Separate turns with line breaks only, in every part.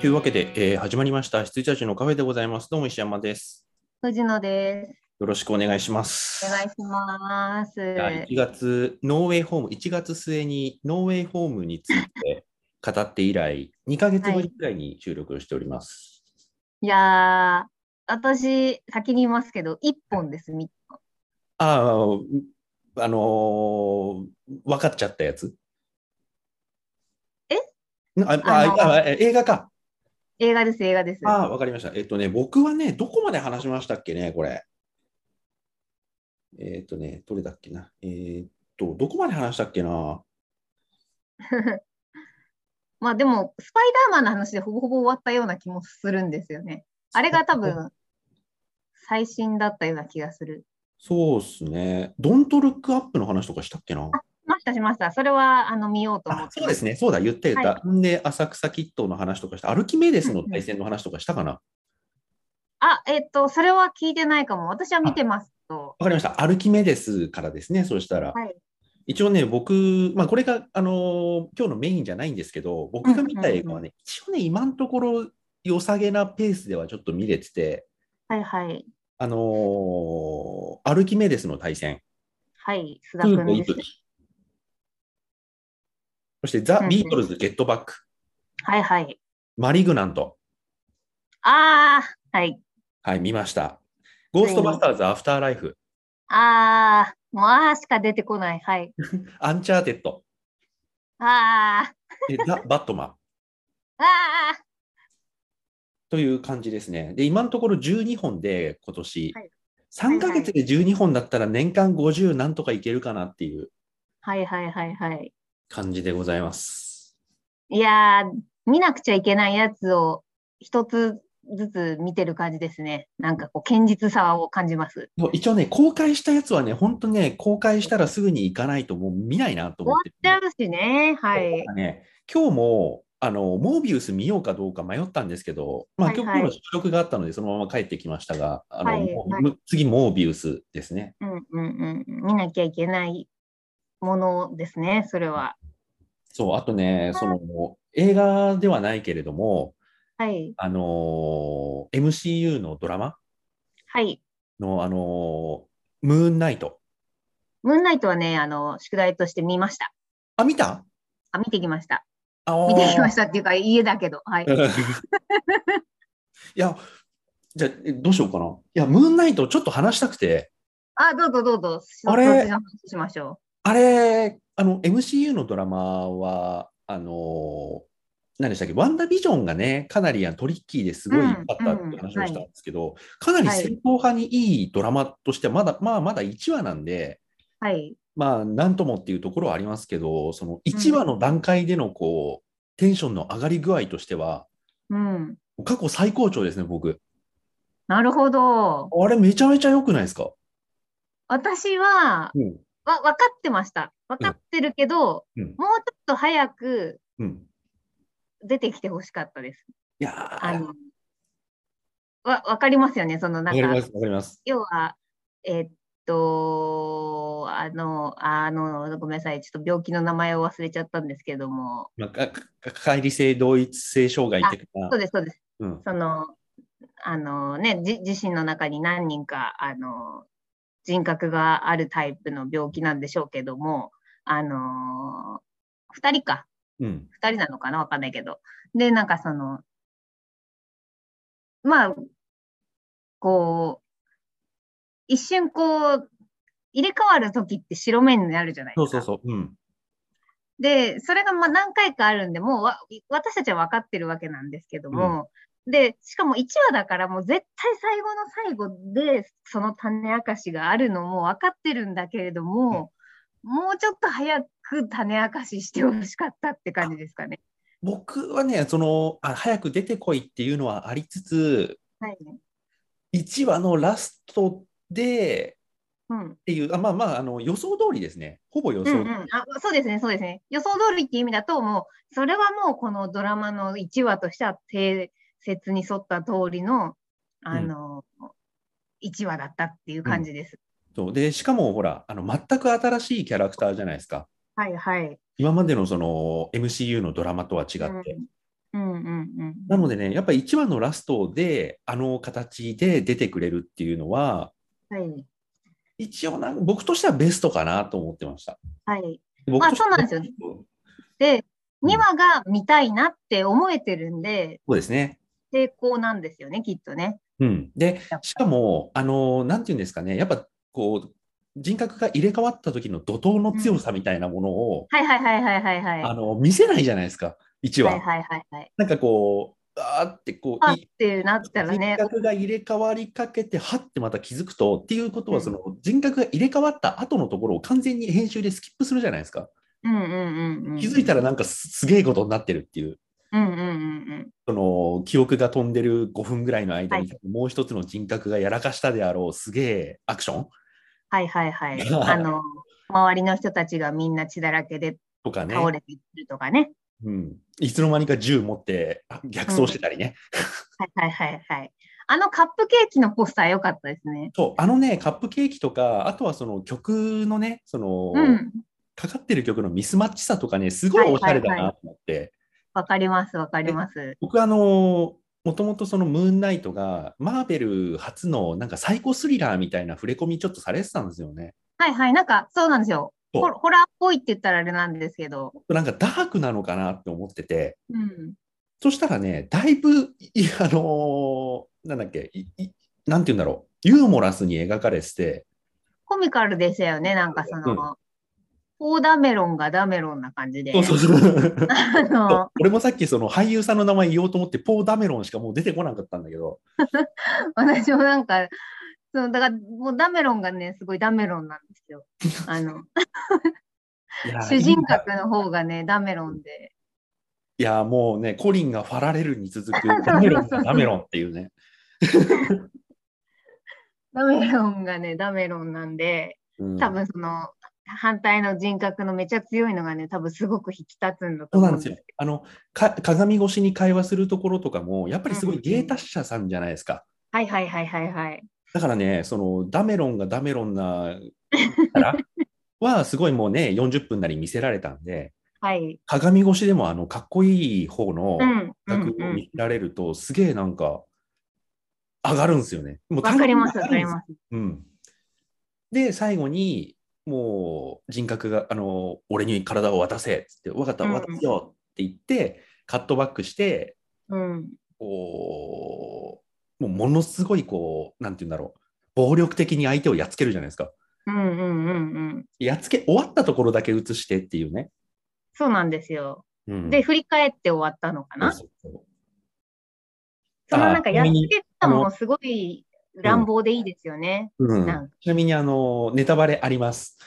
というわけで、えー始まりました。羊たちのカフェでございます。どうも石山です。
藤野で
よろしくお願いします。
す。お願いします。
1月、ノーウェイホーム、1月末にノーウェイホームについて語って以来、2ヶ月ぶりくらいに収録をしております。
いやー、私、先に言いますけど、一本です、み
ああ、あのー分かっちゃったやつ。
え
ああ
あのー
あえ映画か。
映画です、映画です。
ああ、わかりました。えっとね、僕はね、どこまで話しましたっけね、これ。えっとね、どれだっけな。えーっと、どこまで話したっけな。
まあでも、スパイダーマンの話でほぼほぼ終わったような気もするんですよね。あれが多分、最新だったような気がする。
そうですね。ドントルックアップの話とかしたっけな。
しました、しました。それは、あの、見ようと思っ
あ
て。
そうですね。そうだ、言った言った。
は
んで、浅草キットの話とかした。アルキメデスの対戦の話とかしたかな。
あ、えっと、それは聞いてないかも。私は見てますと。
わかりました。アルキメデスからですね、そうしたら。
はい。
一応ね、僕、まあ、これが、あのー今日のメインじゃないんですけど、僕が見た映画はね、
うんうん
一応ね、今のところ、良さげなペースではちょっと見れてて、
はい、はい。
あのーアルキメデスの対戦、
はい、須田
空と
君です
息。吹そして、ザ・
うんうん
ビートルズ・ゲットバック、
はい、はい。
マリグナント、
あー、はい。
はい、見ました。ゴーストバスターズ・アフターライフ、
あー、もうあーしか出てこない。はい。
アンチャーテッド、
あー、
でザ・バットマン
あー、
という感じですね。で、今のところ12本で、今年、
はい
3ヶ月で12本だったら年間50なんとかいけるかなっていう
はいはいはいはい。
感じでございます。
いやー、見なくちゃいけないやつを一つずつ見てる感じですね。なんかこう、堅実さを感じます。
もう一応ね、公開したやつはね、本当ね、公開したらすぐに行かないともう見ないなと
終
思
わ
って
っちゃうしね。はい。
ね、今日もあのモービウス見ようかどうか迷ったんですけど、まあ、
はい
今日
はい
今日収録があったので、そのまま帰ってきましたが、あの
はい
もう
はい
む次、モービウスですね。
うんうんうん。見なきゃいけないものですね、それは。
そう、あとね、その映画ではないけれども、
はい。
あの MCU のドラマ
はい。
の、あのムーンナイト。
ムーンナイトはね、あの、宿題として見ました。
あ、見た
あ、見てきました。
あー
見てきましたっていうか、家だけど。は い。
いや、じゃあ、えどうしようかな。いや、ムーンナイト、ちょっと話したくて、
あ、どうぞどうぞ。
あれ
そっちの話しましょ
あれ、あの、MCU のドラマは、あの、何でしたっけ、ワンダービジョンがね、かなりあのトリッキーですごい
うん
良かったって話をしたんですけど、かなり
はい
正統派にいいドラマとしては、まだ、まあ、まだ1話なんで、
う。はい。
まあ、なんともっていうところはありますけど、その1話の段階でのこう、テンションの上がり具合としては、
うん。
過去最高潮ですね、僕。
なるほど。
あれ、めちゃめちゃ良くないですか
私は、
うん。
わ分かってました。分かってるけど、
うん
もうちょっと早く
うん。
出てきてほしかったです。
いやー
あのわ分かりますよね、そのな
わ
ん
かりま
か、
す、わかります。
要は、えっと、あの、あの、ごめんなさい、ちょっと病気の名前を忘れちゃったんですけども、
まあ、かか乖離性同一性障害的な
そう。です、そうです。
うん。
その、あのね、じ自身の中に何人か、あの、人格があるタイプの病気なんでしょうけども、あの、2人か、
うん。
2人なのかなわかんないけど。で、なんかその、まあ、こう、一瞬こう、入れ替わる時って白目になるじゃない
そ
で
う
すか。
そうそう。うん。
で、それがまあ何回かあるんで、もうわ私たちは分かってるわけなんですけども、で、しかも1話だから、もう絶対最後の最後で、その種明かしがあるのも分かってるんだけれども、もうちょっと早く種明かししてほしかったって感じですかね。
僕はね、そのあ、早く出てこいっていうのはありつつ、
はい。
1話のラストで
うん。
っていう、あまあまああの、予想通りですね。ほぼ予
うん
想、
うん、あそうですね、そうですね。予想通りっていう意味だと、もう、それはもうこのドラマの1話としては定説に沿った通りの、あの、1話だったっていう感じです。
そうで、しかもほらあの、全く新しいキャラクターじゃないですか。
はいはい。
今までのその MCU のドラマとは違って。
うんうんうんうん。
なのでね、やっぱり1話のラストで、あの形で出てくれるっていうのは、
はい。
一応なんか僕としてはベストかなと思ってました。
はい。
僕
まあ
としては
そうなんですよねで、2話が見たいなって思えてるんで、
そうですね。
成功なんですよね、きっとね。
うん、で
やっぱ
しかも、あのなんていうんですかね、やっぱこう人格が入れ替わった時の怒涛の強さみたいなものを、
はいはいはいはいはいはい。
あの見せないじゃないですか、1話。
はいはいはいはい。
なんかこう、あーってこう、
あっ
い
てなったら
人
ね、
格が入れ替わりかけて、はってまた気づくと、っていうこと
う
は、
ん
その人格が入れ替わった後のところを完全に編集でスキップするじゃないですか。
うんうんうんうん。
気づいたらなんかすすげえことになってるっていう。
うんうんうん
その記憶が飛んでる5分ぐらいの間に、
は
もう一つの人格がやらかしたであろうすげえアクション
はいは いはい。あの、周りの人たちがみんな血だらけで
とかね、
倒れてるとかね。
うん、いつの間にか銃持ってあ逆走してたりね、
はいはいはいはい。あのカップケーキのポスター良かったですね。
そうあのねカップケーキとかあとはその曲のねその、
うん。
かかってる曲のミスマッチさとかねすごいおしゃれだ
はいはいは
ないと思って、
わかりますわかります。
僕あのもともとそのムーンナイトがマーベル初のなんかサイコスリラーみたいな触れ込みちょっとされてたんですよね。
はいはい。なんか、そうなんですよ。
そう
ホホラーっぽいって言ったらあれなんですけど。
なんかダークなのかなって思ってて
うん。
そしたらねだいぶいあのなんだっけいいなんて言うんだろうユーモラスに描かれてて
コミカルでしたよね。なんかその、オーダメロンがダメロンな感じで。
そうそうそう。
あの、
俺もさっきその俳優さんの名前言おうと思ってポー・ダメロンしかもう出てこなかったんだけど
私もなんか、そのだからもうダメロンがね、すごいダメロンなんですよ。あの、
い や
主人
いいんだ
格の方がね、ダメロンで。
いやもうねコリンがファラレルに続 くダメロンがダメロンっていうね
ダメロンがね、ダメロンなんで、
うん
多分その、反対の人格のめちゃ強いのがね、多分すごく引き立つんだと
そう
思
な
うんん
で
ですす
よあのか鏡越しに会話するところとかもやっぱりすごい芸達者さんじゃないですか
はいはいはいはいはい。
だからねそのダメロンがダメロンな からはすごいもうね40分なり見せられたんで
はい。
鏡越しでもあのかっこいい方の、
うん。う
企
んう
画を
ん
見られると、すげえなんか、上がるんですよね。もう
わかりますわ
単
か
純
り
に上がるん
ます。
です。うん。で、最後に、もう人格が、あの、俺に体を渡せっつって、分かった、
うん
渡すよって言って、カットバックして、
うん。
こう、もうものすごい、こう、なんて言うんだろう、暴力的に相手をやっつけるじゃないですか。
うんうんうんうん。
やっつけ終わったところだけ映してっていうね。
そうなんですよ。
うん、
で、振り返って終わったのかな。
そうそうそう
そのなんか
あ
やっ
ち
つ
なみに
けたのもすごい乱暴でいいですよね。
うん
なん
ちなみに、あの、ネタバレあります。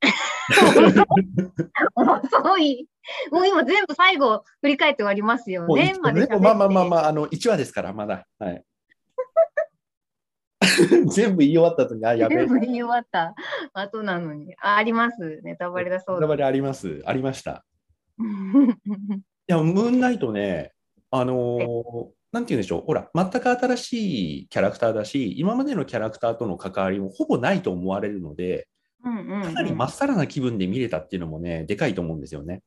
遅い。もう今全部最後振り返って終わりますよ
もう
ね
一。
まで喋って
まあまあまあまあ、あの、1話ですから、まだ。はい。 全部言い終わった後に、あ、 やべえ
全。部言い終わった後なのに。ああります。ネタバレだそう
ネタ
だ。
バレあります。ありました。
うん
いや、ムーンナイトね、あのーなんて言うんでしょう、ほら、全く新しいキャラクターだし、今までのキャラクターとの関わりもほぼないと思われるので、
うんう
か
ん。
なりまっさらな気分で見れたっていうのもね、でかいと思うんですよね。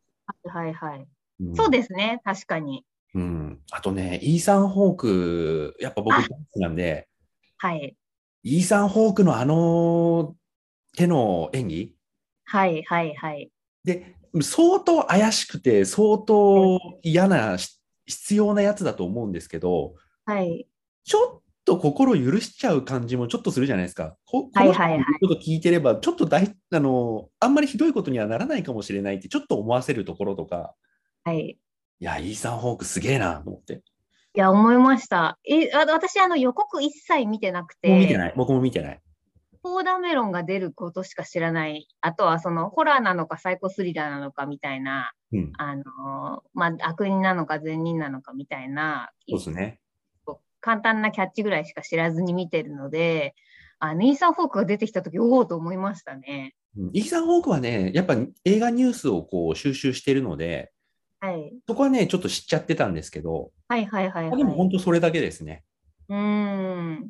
はいはい。そう
す。
ですね。確かに。
うん。あとね、イーサン・ホーク、やっぱ僕、
あ
大好きなんで、
はい。
イーサン・ホークのあの手の演技
はいはいはい。
で相当怪しくて相当嫌なし必要なやつだと思うんですけど
はい。
ちょっと心許しちゃう感じもちょっとするじゃないですか。ここ
はい
の
はいはい
人の言うこと聞いてればちょっとだいあのあんまりひどいことにはならないかもしれないってちょっと思わせるところとか
はい。
いやイーサン・ホークすげえなと思って
いや、思いました。え、あ私、あの、予告一切見てなくて。
もう見てない僕も見てない。
ポーダメロンが出ることしか知らない。あとはそのホラーなのかサイコスリラーなのかみたいな、
うん、
あのーまあ、悪人なのか善人なのかみたいな、
そうですね
簡単なキャッチぐらいしか知らずに見てるので、あのイーサン・フォークが出てきた時おおと思いましたね。
うんイーサン・ホークはねやっぱ映画ニュースをこう収集してるので
はい、
そこはね、ちょっと知っちゃってたんですけど、
はい、はいはいはい。
でも本当それだけですね。
うーん。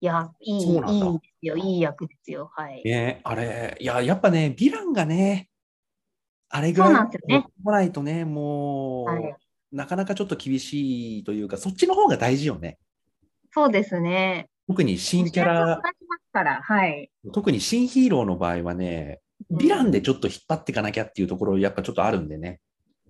いや、いい、い
そうなんだ
いですよ。いい役ですよ。はい。
ね、あれ、いや、やっぱね、ヴィランがね、あれぐらい
そうなんですよね
来ないとね、もう、
はい
なかなかちょっと厳しいというか、そっちの方が大事よね。
そうですね。
特に新キャ
主役
ラ
に、なりますから、はい。
特に新ヒーローの場合はね、
うん
ヴィランでちょっと引っ張っていかなきゃっていうところ、やっぱちょっとあるんでね。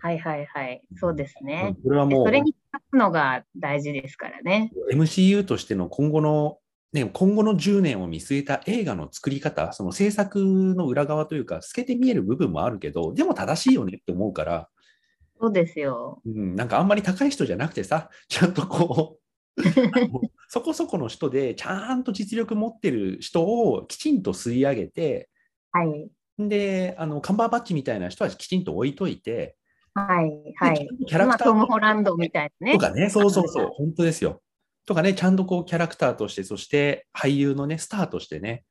はいはいはい。そうですね
うん。これはもう
それに立つのが大事ですからね。
MCU としての今後の、ね、今後の10年を見据えた映画の作り方、その制作の裏側というか、透けて見える部分もあるけど、でも正しいよねって思うから、
そうですよ。
うん、なんかあんまり高い人じゃなくてさ、 ちゃんとこう、あのそこそこの人で、ちゃんと実力持ってる人をきちんと吸い上げて、
はい。
で、あのカンバーバッチみたいな人はきちんんと置いといて、
はい。はい。
キャラク
まあ、
ター
トム・ホランドみたいなね
と。かね、そうそうそう、本当ですよ。とかね、ちゃんとこうキャラクターとして、そして俳優のね、スターとしてね、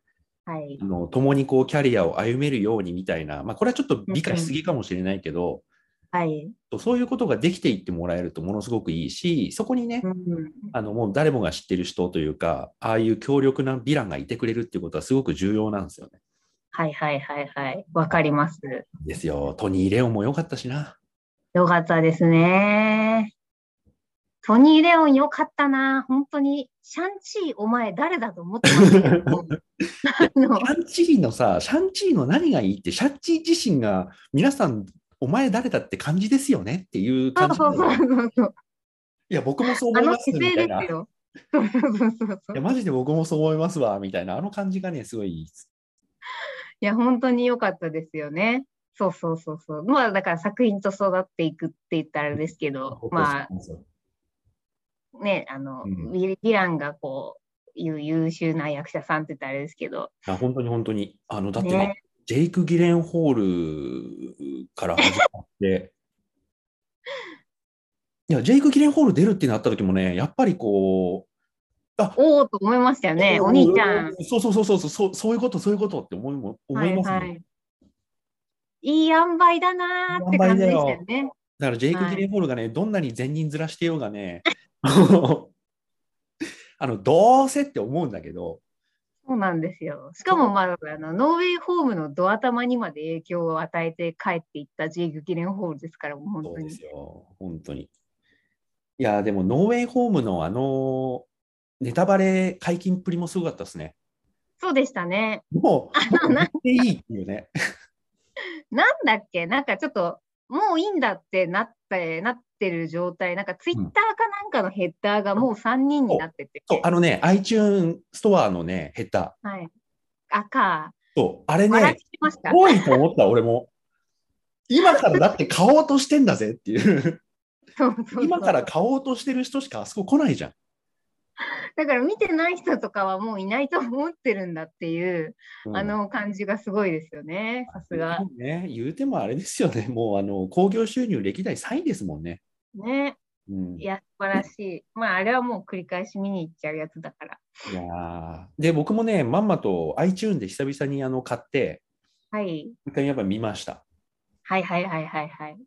はい
あ。の共にこうキャリアを歩めるようにみたいな、まあ、これはちょっと美化しすぎかもしれないけど、
はい。
そういうことができていってもらえるとものすごくいいしそこにね、
うん。
あのもう誰もが知ってる人というかああいう強力なヴィランがいてくれるっていうことはすごく重要なんですよね。
はいはいはいはい。わかります。
ですよトニー・レオンも良かったしな。
よかったですね。トニー・レオンよかったな。本当に、シャンチーお前誰だと思ってましたけど。あ の
シャンチーのさシャンチーの何がいいってシャンチー自身が皆さんお前誰だって感じですよねっていう感じ
そうそうそうそうそう。
いや僕もそう
あ
思い
の
ますみ
姿
た
勢
い
で
な
す
い
よ。そうそうそうそうそう。
やマジで僕もそう思いますわみたいなあの感じがねすごいいいです
いや、本当に良かったですよね。そうそうそうそう。まあ、だから作品と育っていくって言ったらあれですけど、まあね、あの、
うん
ウィリ・ディランがこう、いう優秀な役者さんって言ったらあれですけど、
いや本当に本当に。あのだってね、
ね
ジェイク・ギレンホールから始まって。 いや、ジェイク・ギレンホール出るってなった時もね、やっぱりこ
おおと思いましたよ
う、
ね、
う
お兄ちゃん。。
そうそうそうそうそう、そういうこと、そういうことって思いも思いますね、
はいはい。いい塩梅だなーって感じでしたよね。
だからジェイ
は
ク・
い
ギレンホールがね、どんなに善人ずらしてようがね、 あのどうせって思うんだけど、
そうなんですよ。しかも、まあ、あのノーウェイホームのドア玉にまで影響を与えて帰っていったジェイク・ギレンホールですから、もう本
そう
当
で
に
す。よ、本当に。いや、でも、ノーウェイホームのあの、ネタバレ解禁っぷりもすごかったですね。
そうでしたね。
もう、もう言
な
っていいっていうね。
なんだっけ、なんかちょっと、もういいんだってなって、なってる状態、なんかツイッターかなんかのヘッダーがもう3人になってて、
そう、あのね、iTunes ストアのね、ヘッダ
はい。
ー。
赤、
そう、あれ
笑っ
ね
て、ました。
多いと思った、俺も。 今からだって買おうとしてんだぜっていう。
そうそうそう
今から買おうとしてる人しかあそこ来ないじゃん。
だから見てない人とかはもういないと思ってるんだっていう、
うん
あ、の感じがすごいですよね、さすが。
ね、言うてもあれですよね、もう、あの、興行収入歴代3位ですもんね。
ね、
うん、
いや、素晴らしい。まあ、あれはもう繰り返し見に行っちゃうやつだから。
いやーで僕もねまんまと iTune で久々にあの買って
はい。
一回やっぱ見ました
はいはいはいは いはい。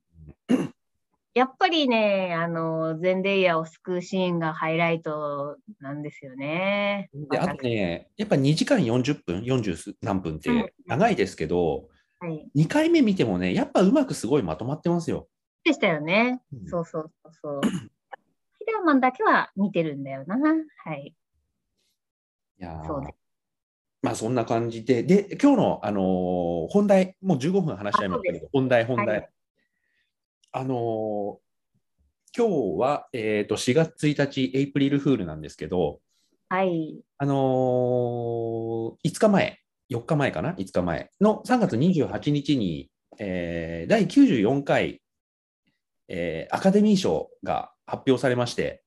やっぱりね、あの、ゼンデイヤを救うシーンがハイライトなんですよね。
であとねやっぱ2時間40分40何分っ
う
て
ん
長いですけど、
はい。
二2回目見てもねやっぱうまくすごいまとまってますよ、
でしたよね。
うん
そうそうそう そう。スパイダーマンだけは見てるんだよな。はい。
いやー
そうね
まあそんな感じでで今日の、あのー本題もう15分話しちゃいましたけど本題本題、
はい
あのー今日は、えー、と4月1日エイプリルフールなんですけど、
はい。
あのー、5日前、4日前かな、5日前の3月28日に、えー、第94回、えーアカデミー賞が発表されまして、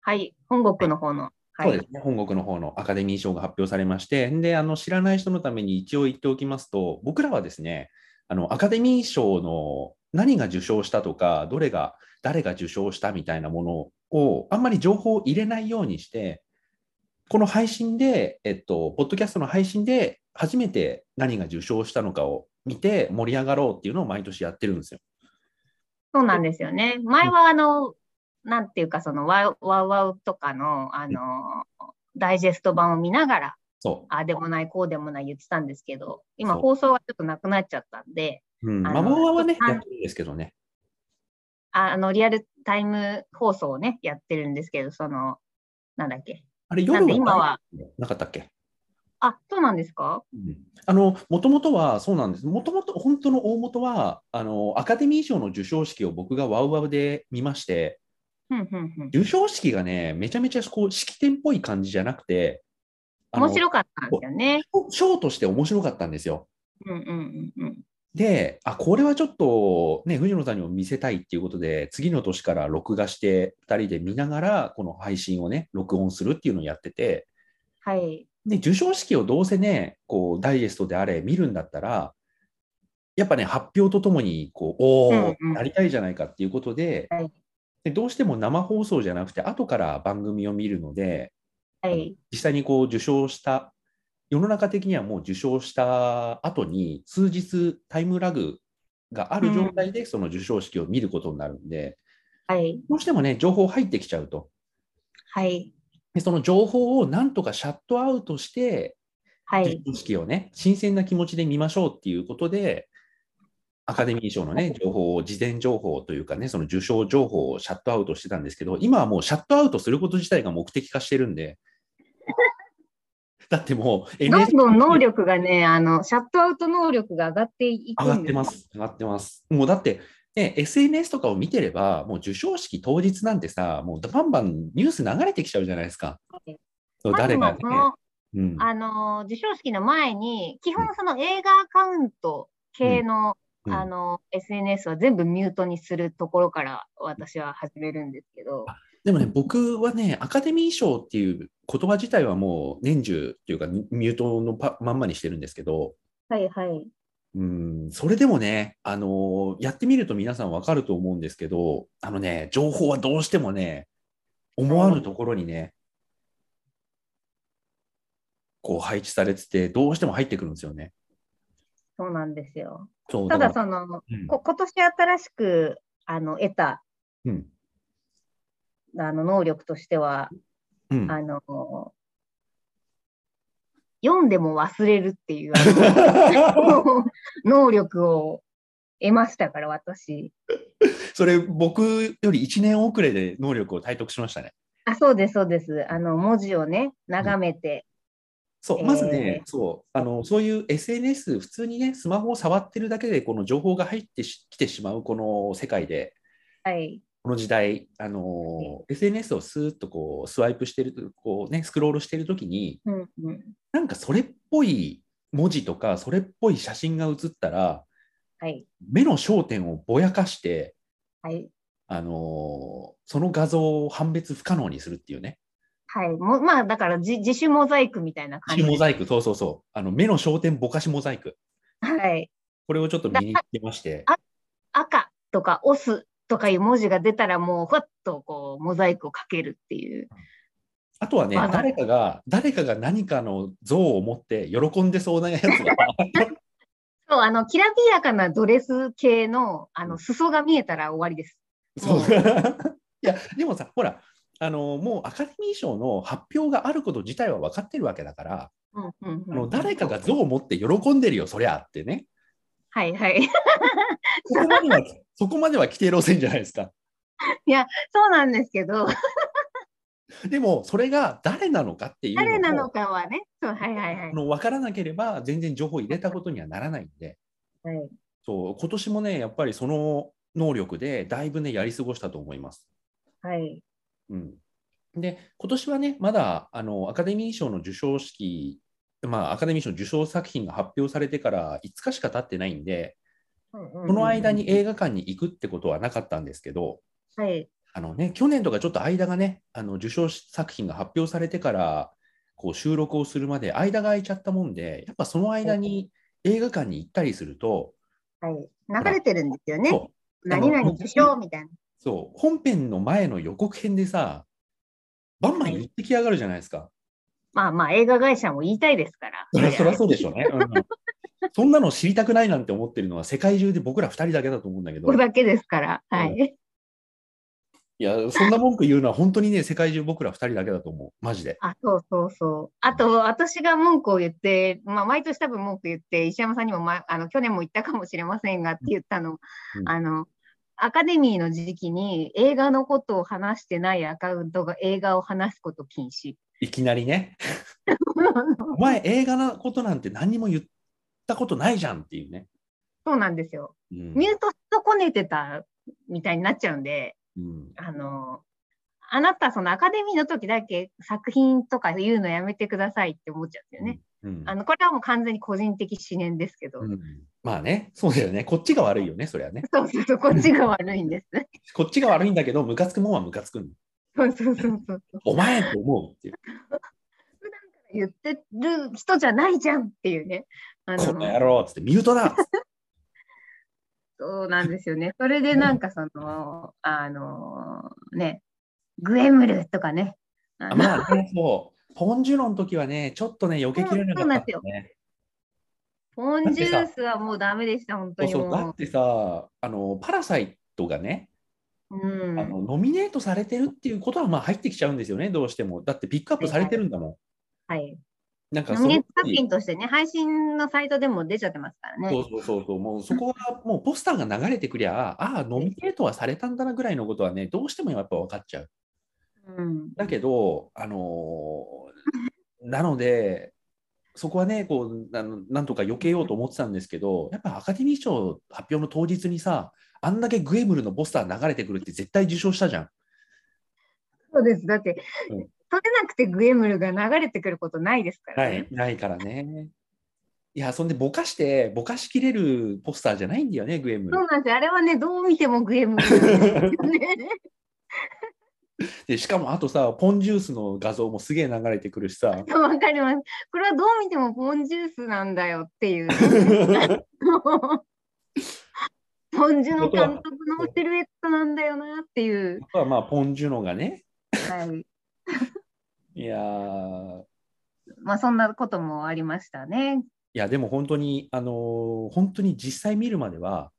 はい。本国の方の。は
そう
い
で。すね、本国の方のアカデミー賞が発表されまして、であの知らない人のために一応言っておきますと、僕らはですね、あのアカデミー賞の何が受賞したとか、どれが、誰が受賞したみたいなものを、あんまり情報を入れないようにして、この配信で、えっと、ポッドキャストの配信で、初めて何が受賞したのかを見て、盛り上がろうっていうのを毎年やってるんですよ。
そうなんですよね。前はあの、なんていうか、そのワウワウワウとかの、あの、ダイジェスト版を見ながら、
そ
ああでもない、こうでもない言ってたんですけど、今
そう
放送がちょっとなくなっちゃったんで、
う。うん、
あ
ま
の
あ、ボーアはね、
あの
やってるんですけどね。
ああの、リアルタイム放送をね、やってるんですけど、その、なんだっけ。
あれ、夜
なんで今は
なかったっけ
あ、そうなんですか
あの、もともとは、そうなんです。もともと、本当の大元は、あの、アカデミー賞の授賞式を僕がワウワウで見まして、
うんうんうん。
授賞式がね、めちゃめちゃこう、式典っぽい感じじゃなくて、あの
面白かったんですよね。
賞として面白かったんですよ。
うんうんうんうん。
で、あ、これはちょっと、ね、藤野さんにも見せたいっていうことで、次の年から録画して、2人で見ながら、この配信をね、録音するっていうのをやってて、
はい。
で、授賞式をどうせね、こう、ダイジェストであれ見るんだったら、やっぱね、発表とともに、こう、おー
うんうん
なりたいじゃないかっていうことで
はい
で、どうしても生放送じゃなくて、後から番組を見るので、
はい。
実際にこう、受賞した、世の中的にはもう受賞した後に、数日タイムラグがある状態で、その授賞式を見ることになるんで、
はい。
どうしてもね、情報入ってきちゃうと。
はい。
でその情報をなんとかシャットアウトして、
はい。
授賞式をね、新鮮な気持ちで見ましょうっていうことで、アカデミー賞のね、情報を、事前情報というかね、その受賞情報をシャットアウトしてたんですけど、今はもうシャットアウトすること自体が目的化してるんで、 だってもう、
どん
NHK
どん能力がね、あの、シャットアウト能力が上がっていく
上が
ん
って
です
ま。す、上がってます。もうだって、ね、SNS とかを見てれば、もう授賞式当日なんてさ、もうバンバンニュース流れてきちゃうじゃないですか。
い
そう
まず
誰が
は
ね
そ。の、
うん
あの、授賞式の前に、基本その映画アカウント系の、
うん
あの、SNS は全部ミュートにするところから私は始めるんですけど、
でもね、僕はね、アカデミー賞っていう言葉自体はもう年中っていうか、ミミュートのパまんまにしてるんですけど、
はいはい。
うん、それでもね、あのーやってみると皆さんわかると思うんですけど、あのね、情報はどうしてもね、思わぬところにね、こう配置されてて、どうしても入ってくるんですよね。
そうなんですよ。
そう
ただ
から
その、
うん
こ今年新しく、あの、得た、
うん
あの、能力としては、
うん
あの、読んでも忘れるっていう、あの 能力を得ましたから、私。
それ、僕より1年遅れで能力を体得しましたね。
あ、そうです、そうです。あの、文字をね、眺めて。
そう、
えー
まずね、そう、あの、そういう SNS、普通にね、スマホを触ってるだけで、この情報が入ってしきてしまう、この世界で、
はい。
この時代、あの、SNS をスーッとこう、スワイプしてると、こうね、スクロールしてるときに、
うんうん。
なんかそれっぽい文字とか、それっぽい写真が写ったら、
はい。
目の焦点をぼやかして、
はい。
あのその画像を判別不可能にするっていうね。
はい。もまあ、だから自、自主モザイクみたいな感じ。
モザイク、そうそうそう。あの目の焦点ぼかしモザイク。
はい。
これをちょっと身につけまして。
赤とか、押すとかいう文字が出たら、もう、ふわっと、こう、モザイクをかけるっていう。
あとはね、
わか
誰
る
かが、誰かが何かの像を持って喜んでそうなやつが、
そう、あの、きらびやかなドレス系の、あの、裾が見えたら終わりです。
そう
うん
いや、でもさ、ほら、あのもうアカデミー賞の発表があること自体は分かってるわけだから、
うんうんうん
あの誰かが像を持って喜んでるよ、そりゃって ね、
はいはい。
そこまではそこまでは規定路線じゃないですか。
そうなんですけど、
でも、それが誰なのかっていう
誰な
の
の
を
かはね、そう、はいはいは
あ
い。
の分からなければ、全然情報を入れたことにはならないんで、
はい、
そう今年もね、やっぱりその能力で、だいぶね、やり過ごしたと思います。
はい、
うん、で今年はねまだあのアカデミー賞の授賞式、まあ、アカデミー賞の受賞作品が発表されてから5日しか経ってないんで
こ
この間に、映画館に行くってことはなかったんですけど
はい、
あの、ね、去年とかちょっと間がねあの受賞作品が発表されてからこう収録をするまで間が空いちゃったもんでやっぱその間に映画館に行ったりすると、
はい、流れてるんですよね。
そう
何々受賞みたいな。
そう本編の前の予告編でさバンバン言ってきやがるじゃないですか。
まあまあ、映画会社も言いたいですから。
そりゃそりゃそうでしょうね。 うんそんなの知りたくないなんて思ってるのは世界中で僕ら2人だけだと思うんだけど、
これ
い
だけですから。はい。
や、そんな文句言うのは本当にね、世界中僕ら2人だけだと思う。マジで。
あ、そうそうそう。あと、私が文句を言って、まあ、毎年多分文句言って、石山さんにも、ま、あの去年も言ったかもしれませんがって言ったの、
うん
あの、アカデミーの時期に映画のことを話してないアカウントが映画を話すこと禁止。
いきなりね、お前映画のことなんて何にも言ったことないじゃんっていうね。
そうなんですよ。
うん
ミュートし損ねてたみたいになっちゃうんで、
うん
あの、あなたそのアカデミーの時だけ作品とか言うのやめてくださいって思っちゃうんですよね。
うん
あの、これはもう完全に個人的思念ですけど、
うんまあね、そうだよね。こっちが悪いよね、それはね。
そうそうそう、こっちが悪いんです。
こっちが悪いんだけど、ムカつくもんはムカつくんだ
そうそうそうそう。
お前って思うっていう。
言ってる人じゃないじゃんっていうね。あ
この
の
野郎っつって、ミュートだっつって
そうなんですよね。それでなんかその、あのね、グエムルとかね。あ
あ
の
まあね、そう。ポンジュロの時はね、ちょっとね、避けきれなかった
そうそうなん
ね。
ポンジュースはもうダメでした、本
そ
当
う
に
そう。だっ
も
てさ、あの、パラサイトがね、
う。
あのノミネートされてるっていうことはまあ入ってきちゃうんですよね、どうしても。だってピックアップされてるんだもん。
はい。
なんか
ノ
その
ミネート作品としてね、配信のサイトでも出ちゃってますからね。
そうそうそうそう、もうそこはもうポスターが流れてくりゃ、ああ、ノミネートはされたんだなぐらいのことはね、どうしてもやっぱ分かっちゃう。
うん、
だけど、あのーなので、そこはねこうあの、なんとか避けようと思ってたんですけど、やっぱアカデミー賞発表の当日にさ、あんだけグエムルのポスター流れてくるって絶対受賞したじゃん。
そうです。だって、
うん
取れなくてグエムルが流れてくることないですから
な
ね
い。ないからね。いや、そんでぼかして、ぼかしきれるポスターじゃないんだよね、グエムル
そう。なんですよ。あれはね、どう見てもグエムルですよね。
で、しかもあとさ、ポンジュースの画像もすげえ流れてくるしさ。
わかります。これはどう見てもポンジュースなんだよっていう。ポンジュの監督のシルエットなんだよなっていう。
あとはまあポン・ジュノがね、
はい。
いやーい
まあそんなこともありましたね。
やでも本当に、あのー本当に実際見るまでは、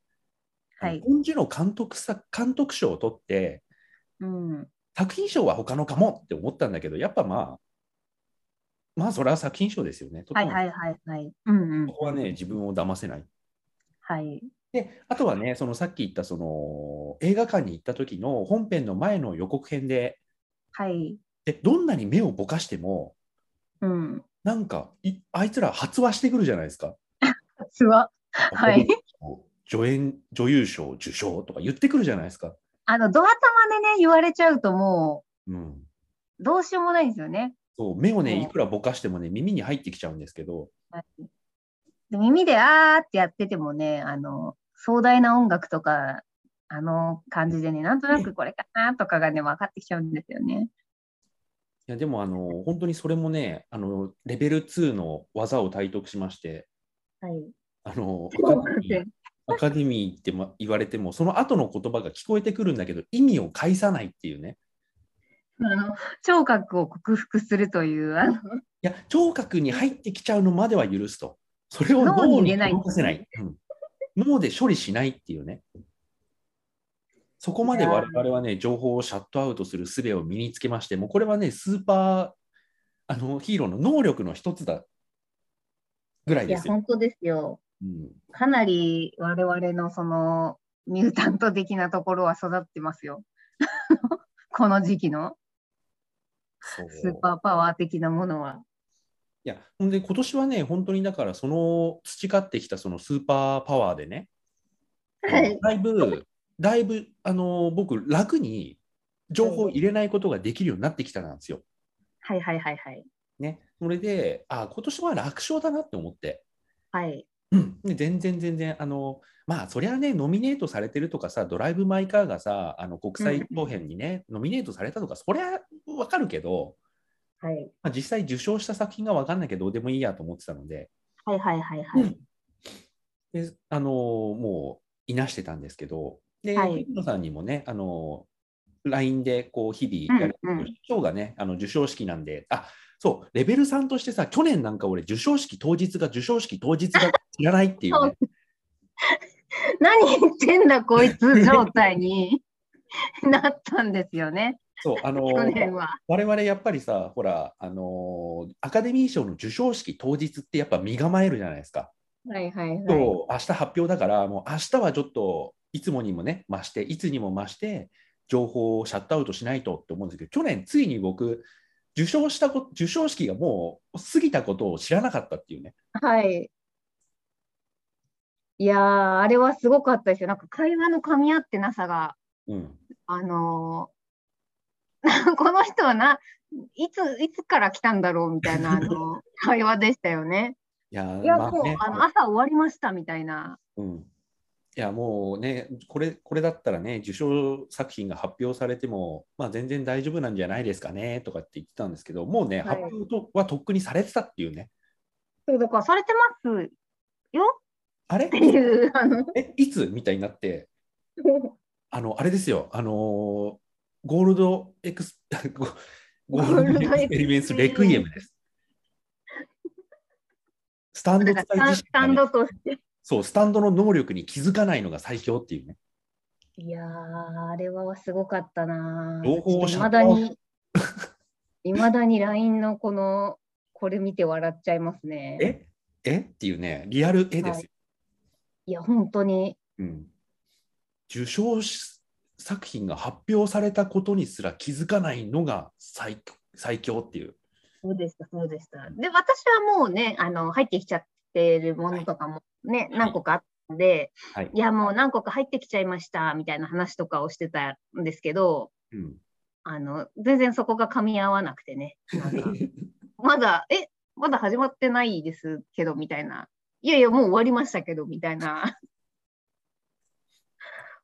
はい
ポン・ジュノ監督さ監督賞を取って、
うん。
作品賞は他のかもって思ったんだけど、やっぱまあ、まあそれは作品賞ですよね。、
はいはいいはいはい。うんうん
こ。こはね、自分を騙せない。
はい。
であとはね、そのさっき言ったその映画館に行った時の本編の前の予告編で
はい。
で、どんなに目をぼかしても、
うん。
なんかいあいつら発話してくるじゃないですか。
すわ。はい
助演女優賞受賞とか言ってくるじゃないですか。
あの、ドア玉でね、言われちゃうとも
うん、
う、どうしようもないんですよね。
そう目を
うん
ねいくらぼかしてもね耳に入ってきちゃうんですけど
で耳であーってやっててもね、あの、壮大な音楽とか、あの感じでね、なんとなくこれかなとかがね、分かってきちゃうんですよね。
いやでもあの本当にそれもねあのレベル2の技を体得しまして
はい。
あのア
そ
カ
うな
デ
ん
ミ
で
ー アカデミーってま言われてもその後の言葉が聞こえてくるんだけど意味を介さないっていうね
すあの聴覚を克服するという、あの
いや聴覚に入ってきちゃうのまでは許すとそれを
脳に
脳
入
に
れない
動かせない、うん脳で処理しないっていうねそこまで我々はね情報をシャットアウトする術を身につけましてもうこれはねスーパーあのヒーローの能力の一つだぐらい
い
で
や、
すよ、
本当ですよ。
うん
かなり我々のそのミュータント的なところは育ってますよ。 この時期の
そう
スーパーパワー的なものは。
いやほんで今年はね本当にだからその培ってきたそのスーパーパワーでね、
はい
だいぶだいぶあの僕楽に情報を入れないことができるようになってきたなんですよ。
はいはいはいはい。
ね、それであ今年は楽勝だなって思って、
はい。
うん、で全然全然あのまあそりゃねノミネートされてるとかさ「ドライブ・マイ・カー」がさあの国際長編にね、ノミネートされたとかそりゃわかるけど、
はい
まあ、実際受賞した作品がわかんないけどどうでもいいやと思ってたので。
はいはいはいはい。
であのーもういなしてたんですけど、で、
はい
水野さんにもね、あのー LINE でこう日々やる、
うんうん
今日がね、あの授賞式なんで、あそう、レベル3としてさ、去年なんか俺、授賞式当日が授賞式当日が知らないっていう ね、
何言ってんだこいつ状態 になったんですよね、
そう、あのー
去年は。
我々やっぱりさ、ほら、あのーアカデミー賞の授賞式当日ってやっぱ身構えるじゃないですか。
はいはいはい。
そう明日発表だから、もう明日はちょっといつもにもね、増して、いつにも増して、情報をシャットアウトしないとって思うんですけど、去年、ついに僕、受賞したこ受賞式がもう過ぎたことを知らなかったっていうね。
はい。いやー、あれはすごかったですよ。なんか会話の噛み合ってなさが、
うん、
あのー、 この人はな、いつ、いつから来たんだろうみたいな、あ の、会話でしたよね。
いや
いや、もう、ね、あの、朝終わりましたみたいな。
うん。いや、もうね、これ、これだったらね、受賞作品が発表されても、まあ、全然大丈夫なんじゃないですかね、とかって言ってたんですけど、もうね、はい、発表とはとっくにされてたっていうね。
そう、だからされてますよ
あ れ
っていう、あの。
え、いつみたいになって、あの、あれですよ、あのー、ゴールドエクス、 ゴールドエクスペリメンスレクイエムです。スタンド使い自身、ね、
スタンドとして。
そう、スタンドの能力に気づかないのが最強っていうね。
いやー、あれはすごかったな
ー。
いまだに、 いまだに LINE のこの、これ見て笑っちゃいます
ね。ええっていうね、リアル絵ですよ。はい、
いや、本当に。
うん。受賞作品が発表されたことにすら気づかないのが最最強っていう。
そうでした、そうでした。で、私はもうね、あの入ってきちゃってるものとかもね、はい、何個かあったんで、はい、いや、もう何個か入ってきちゃいましたみたいな話とかをしてたんですけど、
うん、
あの全然そこが噛み合わなくてね、まだ、えまだ始まってないですけどみたいな、いやいや、もう終わりましたけどみたいな。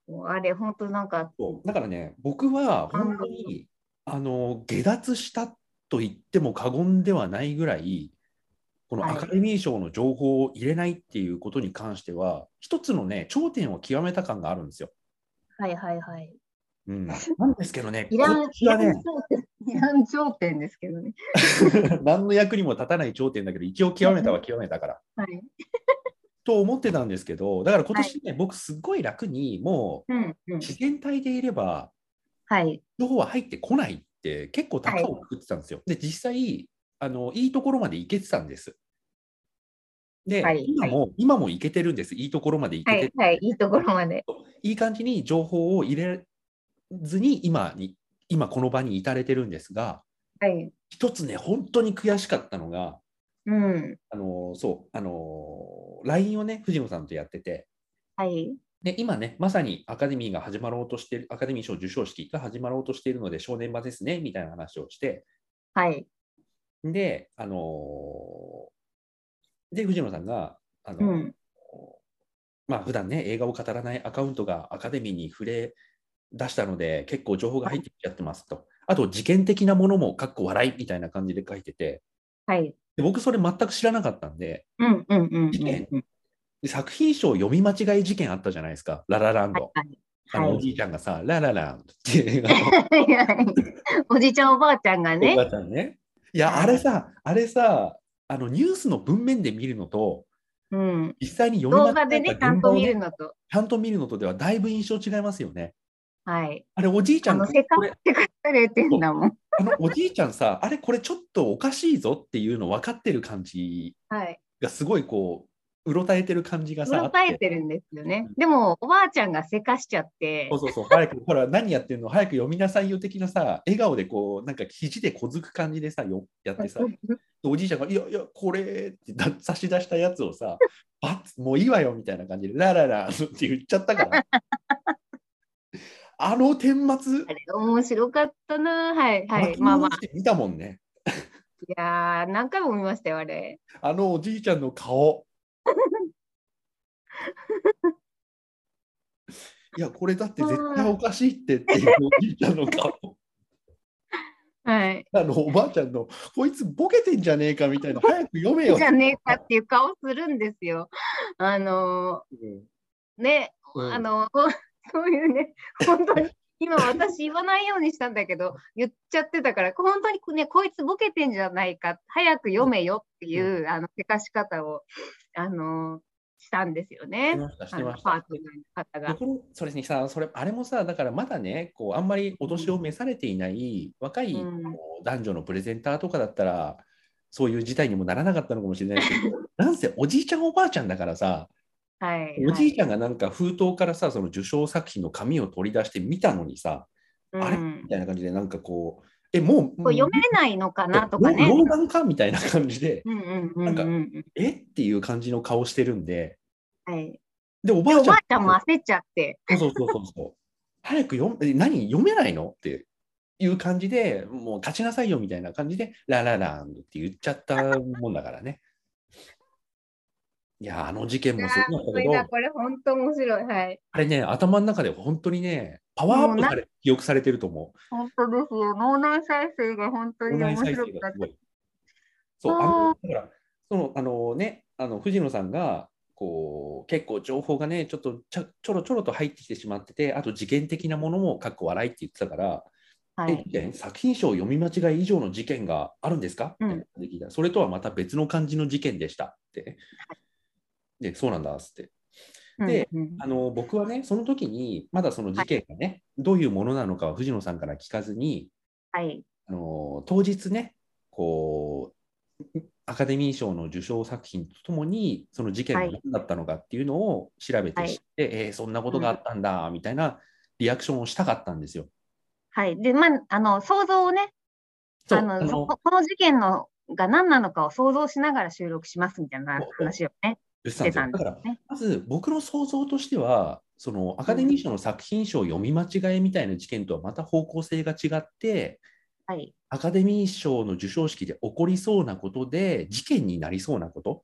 もうあれ、本当なんか。
だからね、僕は本当に、あの、下脱したと言っても過言ではないぐらい、このアカデミー賞の情報を入れないっていうことに関しては、はい、一つのね、頂点を極めた感があるんですよ。
はいはいはい。
うん、 なんですけどね、
いらん、いらん頂点、いらん頂点ですけどね。
何の役にも立たない頂点だけど、一応極めたは極めたから。
はい。
と思ってたんですけど、だから今年ね、はい、僕、すごい楽に、もう、
うんうん、
自然体でいれば、
はい、
情報は入ってこないって、結構高をくってたんですよ。はい、で、実際あの、いいところまで行けてたんです。で、はい、今も、今も行けてるんです、いいところまで行けて
はい、いいところまで。
いい感じに情報を入れずに、今に、今この場に至れてるんですが、
はい、
一つね、本当に悔しかったのが、
うん、
あのそう、あの LINE をね、藤野さんとやってて、
はい、
で今ね、まさにアカデミーが始まろうとしている、アカデミー賞受賞式が始まろうとしているので、正念場ですねみたいな話をして、
はい、
で、あので、藤野さんが、あのー、うん、まあ普段ね、映画を語らないアカウントがアカデミーに触れ出したので、結構情報が入ってきちゃってますと、あと、事件的なものも、かっこ笑いみたいな感じで書いてて。
はい
で僕それ全く知らなかったんで、
うんうんうん、うん、
で作品賞読み間違い事件あったじゃないですか「ララランド」はいはい、あのおじいちゃんがさ「はい、ララランド」っていう映 画
おじいちゃんおばあちゃんがね。
おばあちゃんねいやあれさあれさあのニュースの文面で見るのと、
うん、
実際に読み
動画でねちゃんと見るのと
ちゃんと見るのとではだいぶ印象違いますよね。
はい、
あれおじいちゃん
のせかれてんだもん。
あのおじいちゃんさ、あれこれちょっとおかしいぞっていうの分かってる感じ がすごいこう、うろたえてる感じがさ。
うろたえてるんですよね。でも、おばあちゃんがせかしちゃって。
そうそうそう、早く、ほら、何やってんの早く読みなさいよ的なさ、笑顔でこう、なんか肘でこづく感じでさ、よやってさ、おじいちゃんが、いやいや、これって差し出したやつをさ、バッもういいわよみたいな感じで、ラララって言っちゃったから。 あの顛末。
面白かったな。はい、はい。
まあまあ。見たもんね。
いや何回も見ましたよ、あれ。
あのおじいちゃんの 顔。いや、これだって絶対おかしいってっていうおじいちゃんの顔。
はい、
あのおばあちゃんのこいつボケてんじゃねえかみたいな早く読めよ
じゃねえかっていう顔するんですよ。あのー うん、ね、うん、あの ーそういうね、本当に、今私言わないようにしたんだけど、言っちゃってたから、本当にね、こいつボケてんじゃないか、早く読めよっていう、うん、あの、せかし方を、あのー、したんですよね。
してました。パートナーの方が。それにさ、それ、あれもさ、だからまだね、こう、あんまりお年を召されていない若い、うん、男女のプレゼンターとかだったら、そういう事態にもならなかったのかもしれないけど、なんせおじいちゃんおばあちゃんだからさ、
はい。
おじいちゃんがなんか封筒からさ、その受賞作品の紙を取り出して見たのにさ、
はい
あれ
うん
みたいな感じで、なんかこう、え、もう、
こう読めないのかなとかね。
老老眼かみたいな感じで、
うんうんうんうんうん。
えっていう感じの顔してるんで、
はい。
で、おば
で
あ
お
ちゃん
ばあちゃんも焦っちゃって。
そうそうそうそう。早く読め、え何読めないのっていう感じで、もう立ちなさいよみたいな感じで、ララランって言っちゃったもんだからね。いや、あの事件もすごかったけど、
これ本当面白い。はい。
あれね、頭の中で本当にね、パワーアップされ、記憶されてると思う。
本当ですよ。脳内再生が本当
オン
に
ライン
面
再
白
生
く
が
なっ
す
て
ごい。そう、あの、だから、その、あのね、あの藤野さんが、こう、結構情報がね、ちょっとちゃちょろちょろと入ってきてしまってて、あと事件的なものも、かっこ笑いって言ってたから、
は
え
い。
え作品賞読み間違い以上の事件があるんですか、
うん
みたいなことで聞いたらそれとはまた別の感じの事件でしたって。で、そうなんだっつって。で
うんうん
あの僕はね、その時に、まだその事件がね、どういうものなのかは藤野さんから聞かずに、
はい。
あの当日ね、こう、アカデミー賞の受賞作品とともに、その事件が
はい
何だったのかっていうのを調べて知って、えーそんなことがあったんだ、みたいなリアクションをしたかったんですよ。
はい。で、まあ、あの、想像をね、
そう
あの
あの
そここの事件のが何なのかを想像しながら収録しますみたいな話をね、
言っ
してて
た
た
ん
ん
で
ですす
よだから
ね。
まず僕の想像としては、そのアカデミー賞の作品賞読み間違えみたいな事件とはまた方向性が違って、
はい。
アカデミー賞の授賞式で起こりそうなことで、事件になりそうなことっ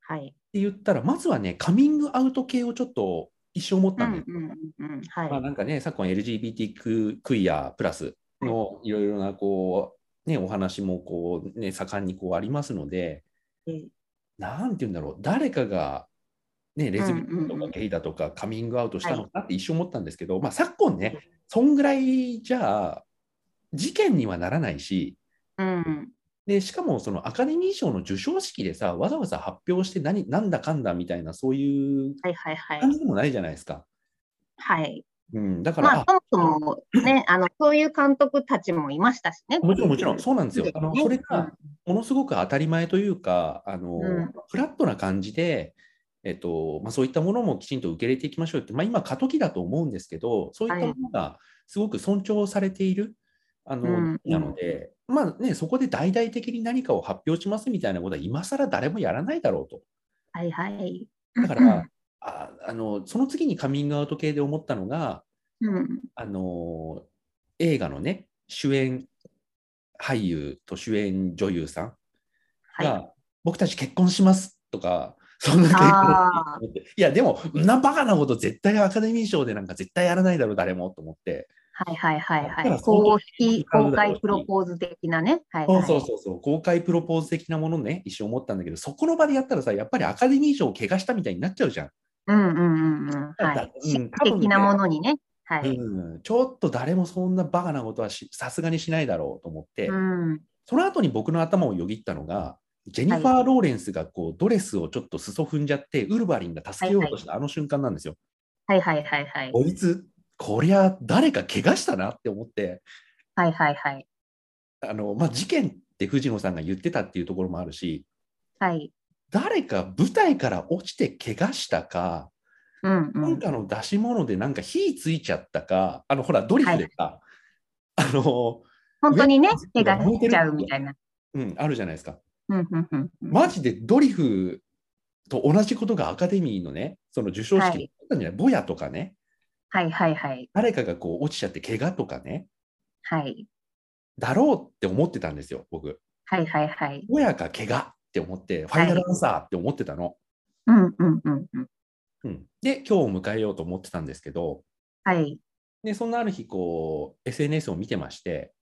はい。
て言ったら、まずはね、カミングアウト系をちょっと一生思っ
う
たんです
ん
よ。
うんうんうん。はい
まあ、。なんかね、昨今 LGBT ククイアプラスのいろいろなこう、ね、お話もこう、ね、盛んにこうありますので、
え
なんて言うんだろう、誰かが、ね、レズビアンと
うんうんう
か
ん
ゲイだとかカミングアウトしたのかなって一瞬思ったんですけど、まあ、昨今ね、そんぐらいじゃ事件にはならないし、
うん。
でしかもそのアカデミー賞の授賞式でさ、わざわざ発表して何、なんだかんだみたいな、そういう
はいはいはい
感。じでもないじゃないですか。
はい。
うん、だから、
まあ、
あ
そもそもね、あの、そういう監督たちもいましたしね。
もちろん、もちろん、そうなんですよ。あの
ね
それが、ものすごく当たり前というか、あの
うん
フラットな感じで、えっとまあ、そういったものもきちんと受け入れていきましょうって、まあ、今、過渡期だと思うんですけど、そういったものがすごく尊重されている、あの
うん
なので、まあね、そこで大々的に何かを発表しますみたいなことは、今更誰もやらないだろうと。
はいはい。
だから、ああのその次にカミングアウト系で思ったのが、
うん。
あの映画のね、主演俳優と主演女優さん。
はい。
が、僕たち結婚しますとか、 そんな結
あ
婚いや、でも、んなバカなこと絶対アカデミー賞でなんか絶対やらないだろう、誰もと思って。
はいはいはいは
だから
い。
その
公式、公開プロポーズ的なね。はいはい。
そうそうそうそう、公開プロポーズ的なものね、一瞬思ったんだけど、そこの場でやったらさ、やっぱりアカデミー賞を怪我したみたいになっちゃうじゃん。
うんうんうんうん。
だ
は
から
い。
うん
詩的なものにね。は
う
い。
ん、ちょっと誰もそんなバカなことはしさすがにしないだろうと思って、
うん。
その後に僕の頭をよぎったのが、ジェニファー・ローレンスがこうドレスをちょっと裾踏んじゃって、ウルバリンが助けようとしたあの瞬間なんですよ。
はいはいはいはい。
こいつ、こりゃ誰か怪我したなって思って、
はいはいはい。
あのまあ、事件って藤野さんが言ってたっていうところもあるし、
はい。
誰か舞台から落ちて怪我したか、
うんう
なん
ん。
かの出し物でなんか火ついちゃったか、あのほら、ドリフでさ、あの、
本当にね、
上
手
が
がしちゃうみたいな。
うん、あるじゃないですか。
うんうんうんうん
マジでドリフと同じことがアカデミーのね、その授賞式
は
で
い
あったんじゃない、ボヤとかね、
はいはいはい。
誰かがこう落ちちゃって怪我とかね、
はい。
だろうって思ってたんですよ、僕。
はいはいはい。
親が怪我って思って、ファイナルアンサーって思ってたの。
うんうんうんうん。
うん、で、今日を迎えようと思ってたんですけど、
はい。
でそんなある日こう、SNS を見てまして、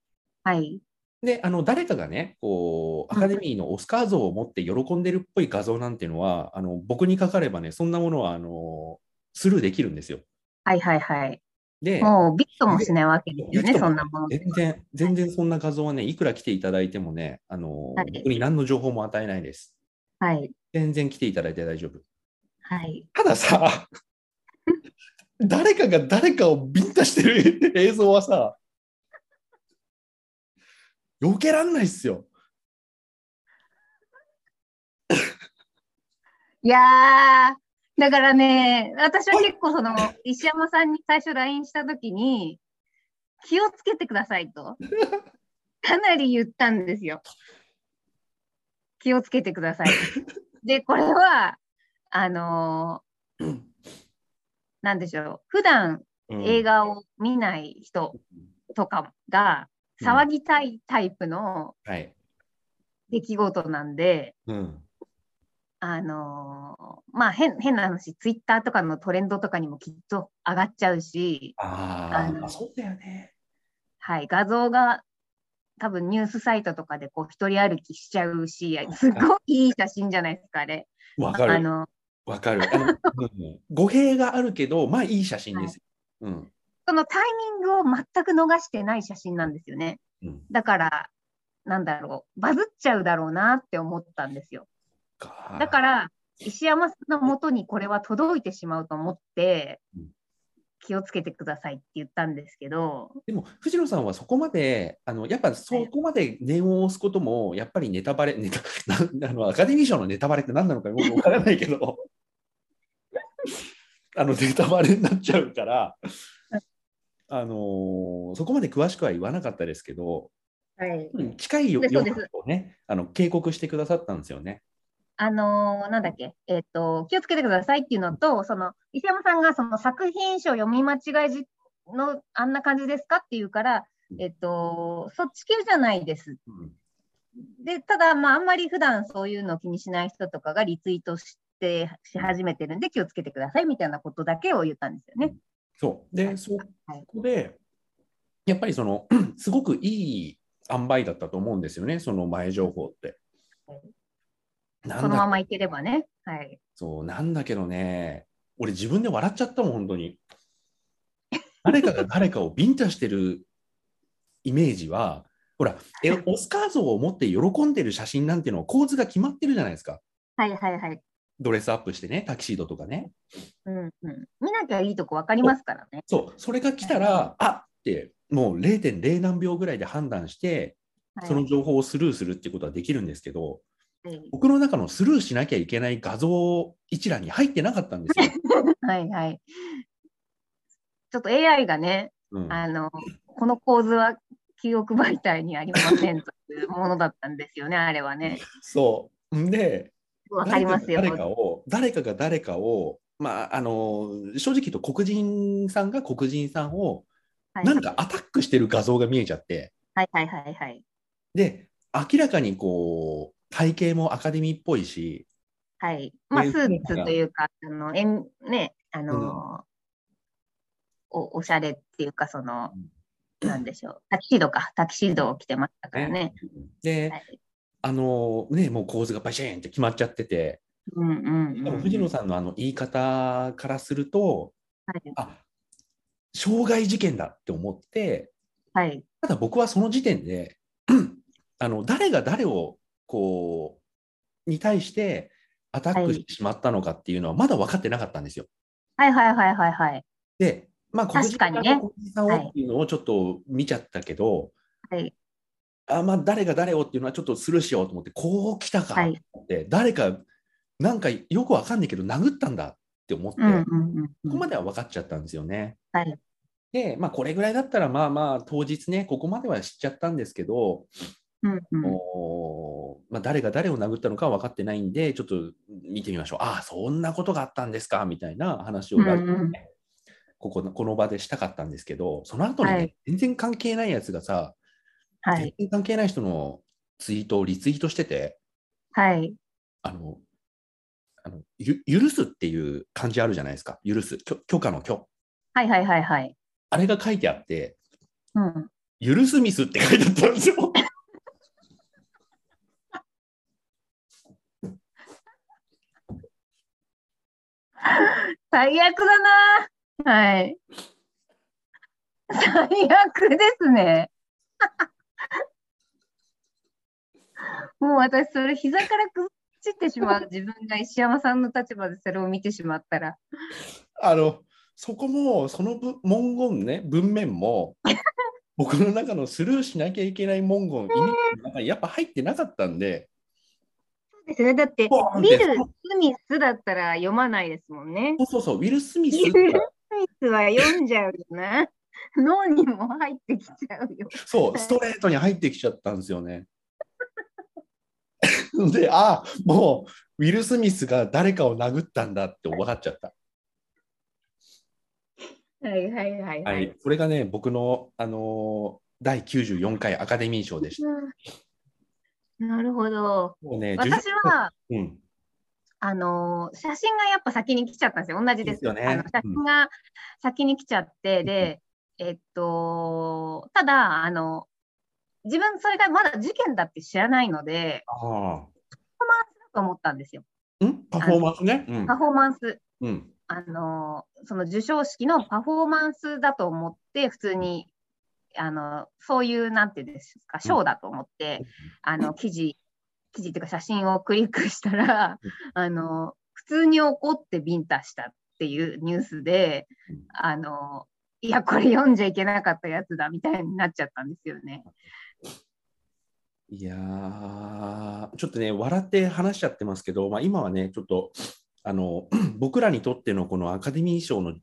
はい。
であの誰かがねこう、アカデミーのオスカー像を持って喜んでるっぽい画像なんていうのは、あの僕にかかればね、そんなものはあのスルーできるんですよ。
はいはいはい。
で、
もうビットもしないわけですよ
ビッ
ね、
トも
そんなもの。
全然、全然そんな画像はね、いくら来ていただいてもね、あの
はい
僕に何の情報も与えないです。
はい。
全然来ていただいて大丈夫。
はい。
ただ さ、誰かが誰かをビンタしてる 映像はさ、避けらんないっすよ。
いやー、だからね、私は結 構その、石山さんに最初 LINE したときに、気をつけてくださいと、かなり言ったんですよ。気をつけてください。で、これは、あのーなんでしょう、普段
うん
映画を見ない人とかが、
うん
騒ぎたいタイプの
はい。
出来事なんで、
うん。
あのーまあ変変な話ツイッターとかのトレンドとかにもきっと上がっちゃうし、
あ
あ
ー
の
あ、そうだよね。
はい、画像が多分ニュースサイトとかでこう一人歩きしちゃうしすごいいい写真じゃないですかあれ。
わか
あ
る。
の
わかる。あのうん語弊があるけど、まあいい写真です。うん。
そのタイミングを全く逃してない写真なんですよね。
うん。
だからなんだろうバズっちゃうだろうなって思ったんですよ。だ
だ、
からら石山さんの元にこれは届いてしまうと思って
うん
気をつけてくださいって言ったんですけど。
でも藤野さんはそこまで、あのやっぱそこまで念を押すことも、やっぱりネタバレ、ネタ なあのアカデミー賞のネタバレって何なのかよ くわからないけど、 あのネタバレになっちゃうから、あのーそこまで詳しくは言わなかったですけど、
はい
うん近いよ
でそうです
よくね、あの警告してくださったんですよね。
あのーなんだっけ、えっ、と、気をつけてくださいっていうのと、その、石山さんがその作品賞読み間違いじの、あんな感じですかっていうから、えっ、と、そっち系じゃないです。
うん
で、ただ、まあ、あんまり普段そういうのを気にしない人とかがリツイートして、し始めてるんで、気をつけてくださいみたいなことだけを言ったんですよね。
そうで、そ
はい
こで、やっぱりその すごくいい塩梅だったと思うんですよね、その前情報って
はい。
なんだ
そのままいければね。はい。
そうなんだけどね、俺、自分で笑っちゃったもん、本当に。誰 かが誰かをビンタしてるイメージは、ほら、えオスカー像を持って喜んでる写真なんていうのは構図が決まってるじゃないですか、
はいはいはい。
ドレスアップしてね、タキシードとかね。
うんうん。見なきゃいいとこわかりますからね。
そう、それが来たら、あって、もう0.0何秒ぐらいで判断して、
はい
その情報をスルーするっていうことはできるんですけど、
はい
僕の中のスルーしなきゃいけない画像一覧に入ってなかったんですよ。
はいはい。ちょっと AI がね、
うん、
あの、この構図は記憶媒体にありませんというものだったんです よね、あれはね。
そうんで、
わかりますよ。
誰かを、誰かが誰かを、まあ、あの正直言うと黒人さんが黒人さんを、
はい
なんかアタックしてる画像が見えちゃって、
はいはいはいはい。
で、明らかにこう、体型もアカデミーっぽいし、
はい。まあ、
ね
スーツというか、あの、えんね、あの、おおしゃれっていうか、その、なんでしょう、タキシードか、タキシードを着てましたからね。
で、
はい
あのね、もう構図がバシーンって決まっちゃってて、
うんうん
で
う
も
ん。
藤野さんのあの言い方からすると、
はい
あ傷害事件だって思って、
はい。
ただ僕はその時点で、 あの誰が誰をこうに対してアタックしてしまったのかっていうのは、まだ分かってなかったんですよ。
はいはいはいはいはい。
で、まあ、黒人
確かにね
黒人さんをっていうのをちょっと見ちゃったけど、
はい。
あまあ、誰が誰をっていうのはちょっとスルーしようと思って、こう来たかと思って、誰か、なんかよくわかんないけど、殴ったんだって思って、
うんうん
こ
うんう
こ
ん。
までは分かっちゃったんですよね。
はい。
で、まあ、これぐらいだったら、まあまあ、当日ね、ここまでは知っちゃったんですけど、
うんうん。
おーまあ、誰が誰を殴ったのかは分かってないんで、ちょっと見てみましょう。ああ、そんなことがあったんですかみたいな話を、
うんうん
ここのこの場でしたかったんですけど、その後にね、
はい
全然関係ないやつがさ、
はい。
全然関係ない人のツイートをリツイートしてて、
はい。
あの、あのゆ許すっていう漢字あるじゃないですか。許す。許許可の許。
はいはいはいはい。
あれが書いてあって、
うん。
許すミスって書いてあったんですよ。
最悪だな。はい。最悪ですね。もう私それ膝からくっちってしまう自分が石山さんの立場でそれを見てしまったら。
あのそこもそのぶ文言ね文面 も僕の中のスルーしなきゃいけない文言意味の中にやっぱ入ってなかったんで
ですね。だって、ウ
ボーンっ
ィ
て
ル・スミスだったら読まないですもんね。
そうそうそう、ウィル・スミ
ウ
ス
ィル・スミスは読んじゃうよな。 脳にも入ってきちゃうよ。
そう、ストレートに入ってきちゃったんですよね。 で、あもう、ウィル・スミスが誰かを殴ったんだって分かっちゃった。
はいはいはいは。
はいい、これがね、僕の、あのー第94回アカデミー賞でした。
うんなるほど。
もうね、
私は、
受賞うん、
あのー写真がやっぱ先に来ちゃったんですよ。同じです
ですよね
あの写真が先に来ちゃって、で、えっと、ただ、あの、自分それがまだ事件だって知らないので、
あ
と思ったんですよ。
あ、んパフォーマンスね。うん
パフォーマンス。
うん
あのその授賞式のパフォーマンスだと思って普通にあのそういうなんていうんですかショーだと思って、あの記事記事っていうか写真をクリックしたら
うん
あの普通に怒ってビンタしたっていうニュースで
うん
あのいやこれ読んじゃいけなかったやつだみたいになっちゃったんですよね。
いやーちょっとね、笑って話しちゃってますけど、まあ、今はね、ちょっとあの 僕らにとってのこのアカデミー賞の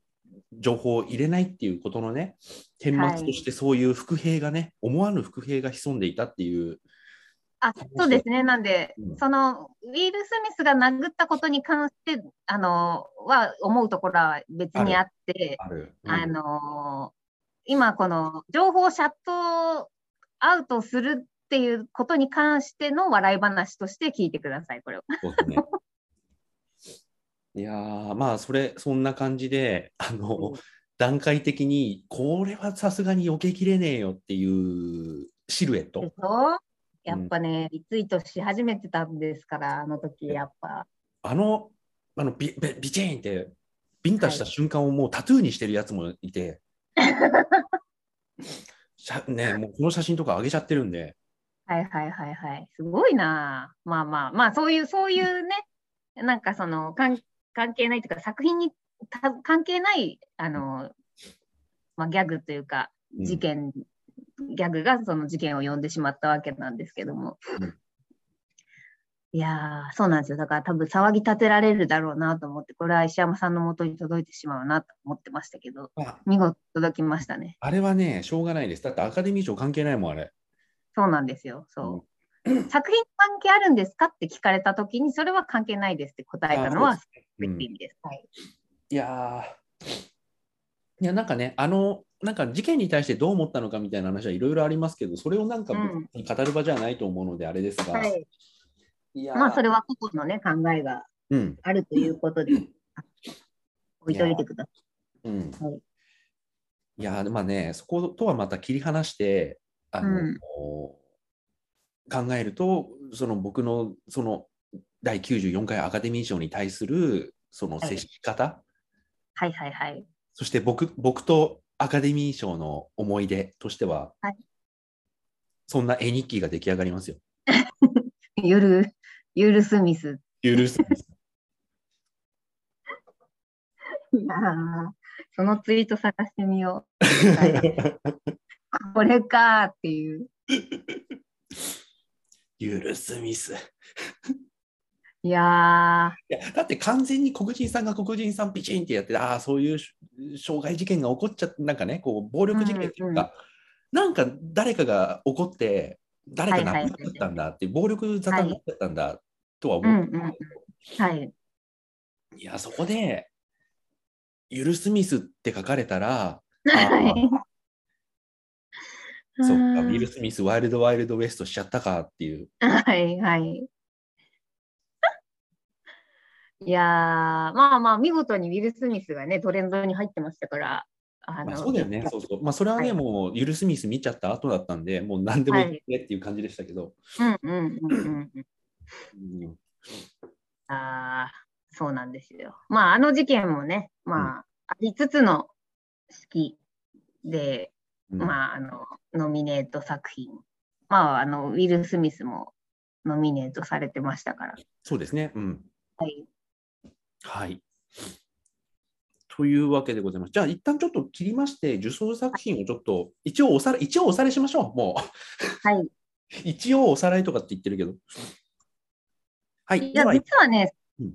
情報を入れないっていうことのね、顛末としてそういう伏兵がね、思わぬ伏兵が潜んでいたっていう、
あそうですね、なんで、
うん
そのウィル・スミスが殴ったことに関してあのは思うところは別にあって、
ある。うん
あの今、この情報をシャットアウトするっていうことに関しての笑い話として聞いてください、これを。
そうですね いやーまあそれそんな感じであの、
うん
段階的にこれはさすがに避けきれねえよっていうシルエッ
で
ト
しょやっぱね、リツイートし始めてたんですから、あの時やっぱ。
あのあのビビビチーンってビンタした瞬間をもうタトゥーにしてるやつもい て、しゃね、もうこの写真とか上げちゃってるんで
はいはいはいはい。すごいなあ。まあまあまあ、そういう、そういうね、なんかその、関関係ないというか、作品にた関係ない、あの、まあ、ギャグというか、
うん
事件、ギャグがその事件を呼んでしまったわけなんですけども。
うん
いやーそうなんですよ。だから多分騒ぎ立てられるだろうなと思って、これは石山さんの元に届いてしまうなと思ってましたけど、
まあ
見事届きましたね。
あれはねしょうがないですだってアカデミー賞関係ないもんあれ
そうなんですよ。そう。作品に関係あるんですかって聞かれたときに、それは関係ないですって答えたの
あ
は
そ、
べ
う
き
ん
です。はい。
いやーいやなんかねあのなんか事件に対してどう思ったのかみたいな話はいろいろありますけどそれをなんか
うん
別に語る場じゃないと思うのであれですが、、
はいい、
やー
まあ、それは個々のね、考えが
うん
あるということで、置いといてくださ
うん、
はい
いやーまあねそことはまた切り離してあの、
うん
考えるとその僕のその第94回アカデミー賞に対するその接し方、
い。はいはいはい。
そして僕僕とアカデミー賞の思い出としては、
はい
そんな絵日記が出来上がりますよ。
ゆる、ゆるスミス。
許す。
いやーそのツイート探してみよ う。はいこれかーっていう。
許すミス。い
いや
やだって完全に黒人さんが黒人さんピチンってやって、ああ、そういう傷害事件が起こっちゃって、なんかね、こう暴力事件というか、なんか誰かが起こって、誰か
は
亡
いは
く
い
なっちゃったんだって、暴力沙汰になっちゃったんだとは
ー、うん
思う。
うんうん。はい。
いや、そこで、許すミスって書かれたら、
は
あ
い。
そっか、
あ
ウ
ー
ィル・スミス、ワイルド・ワイルド・ウエストしちゃったかっていう。
はいはい。 いやー、まあまあ、見事にウィル・スミスがね、トレンドに入ってましたから。あ
まあ、そうだよね、そうそう。まあ、それはね、
はい
もう、ウィル・スミス見ちゃった後だったんで、もう何でもいいねっていう感じでしたけど。
うんうんうんうんうん。
うん
あーそうなんですよ。まあ、あの事件もね、まあ、ありつつの式で、
うん
まあ、あの、ノミネート作品。まあ、あの、ウィル・スミスもノミネートされてましたから。
そうですね。うん。
はい。
はい。というわけでございます。じゃあ、一旦ちょっと切りまして、受賞作品をちょっと、一応おさらい、一応おさらいし ましょう。もう、
はい。
一応おさらいとかって言ってるけど。はい。
いや、
では
実はね、
うん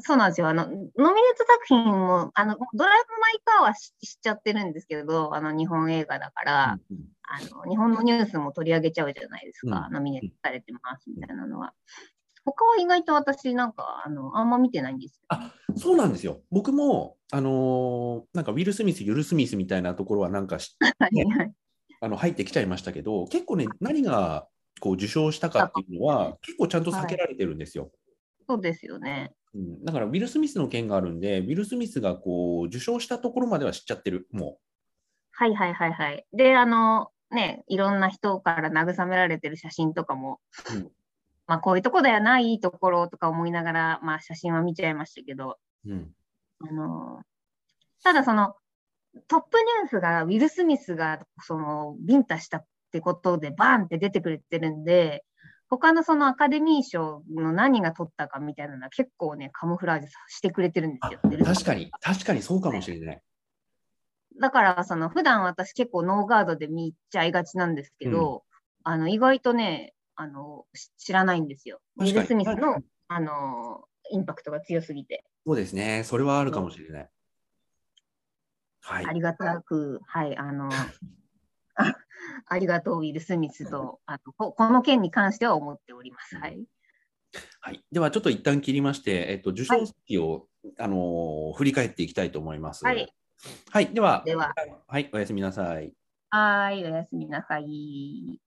そうなんですよ。あの、ノミネート作品も、あの、ドライブ・マイ・カーは知知っちゃってるんですけど、あの、日本映画だから、
うんうん
あの、日本のニュースも取り上げちゃうじゃないですか。
うん
ノミネートされてます、みたいなのは。他は意外と私、なんか、あの、あんま見てないんですよ。
あそうなんですよ。僕も、あのーなんかウィル・スミス、ユル・スミスみたいなところはなんか し
はいはい
あの入ってきちゃいましたけど、結構ね、何がこう受賞したかっていうのは、結構ちゃんと避けられてるんですよ。
そうですよね。
うん、だから、ウィル・スミスの件があるんで、ウィル・スミスがこう受賞したところまでは知っちゃってる、も
はいはいはいはい。で、あの、ね、いろんな人から慰められてる写真とかも、
うん
まあ、こういうとこだよな、いいところとか思いながら、まあ、写真は見ちゃいましたけど、
う。うん
あのただそのトップニュースがウィル・スミスがそのビンタしたってことでバーンって出てくれてるんで他のそのアカデミー賞の何が取ったかみたいなのは結構ねカモフラージュしてくれてるんで
あ
すよ。
確かに、確かにそうかもしれない。
だからその普段私結構ノーガードで見ちゃいがちなんですけど、あの意外とねあのし知らないんですよ。ウ
確
ィ
か
ル・
に
スミス
は
の
い
あのインパクトが強すぎて
そうですね、それはあるかもしれない。は
あ
い、
りがたく、はい、あの、ありがとう、ウィル・スミスと、あとこ、この件に関しては思っております。はい。
はい、では、ちょっと一旦切りまして、えっと、受賞式を、あのー振り返っていきたいと思います。
はい、
はい、では、
では、
はい、おやすみなさい。
はーい、おやすみなさい。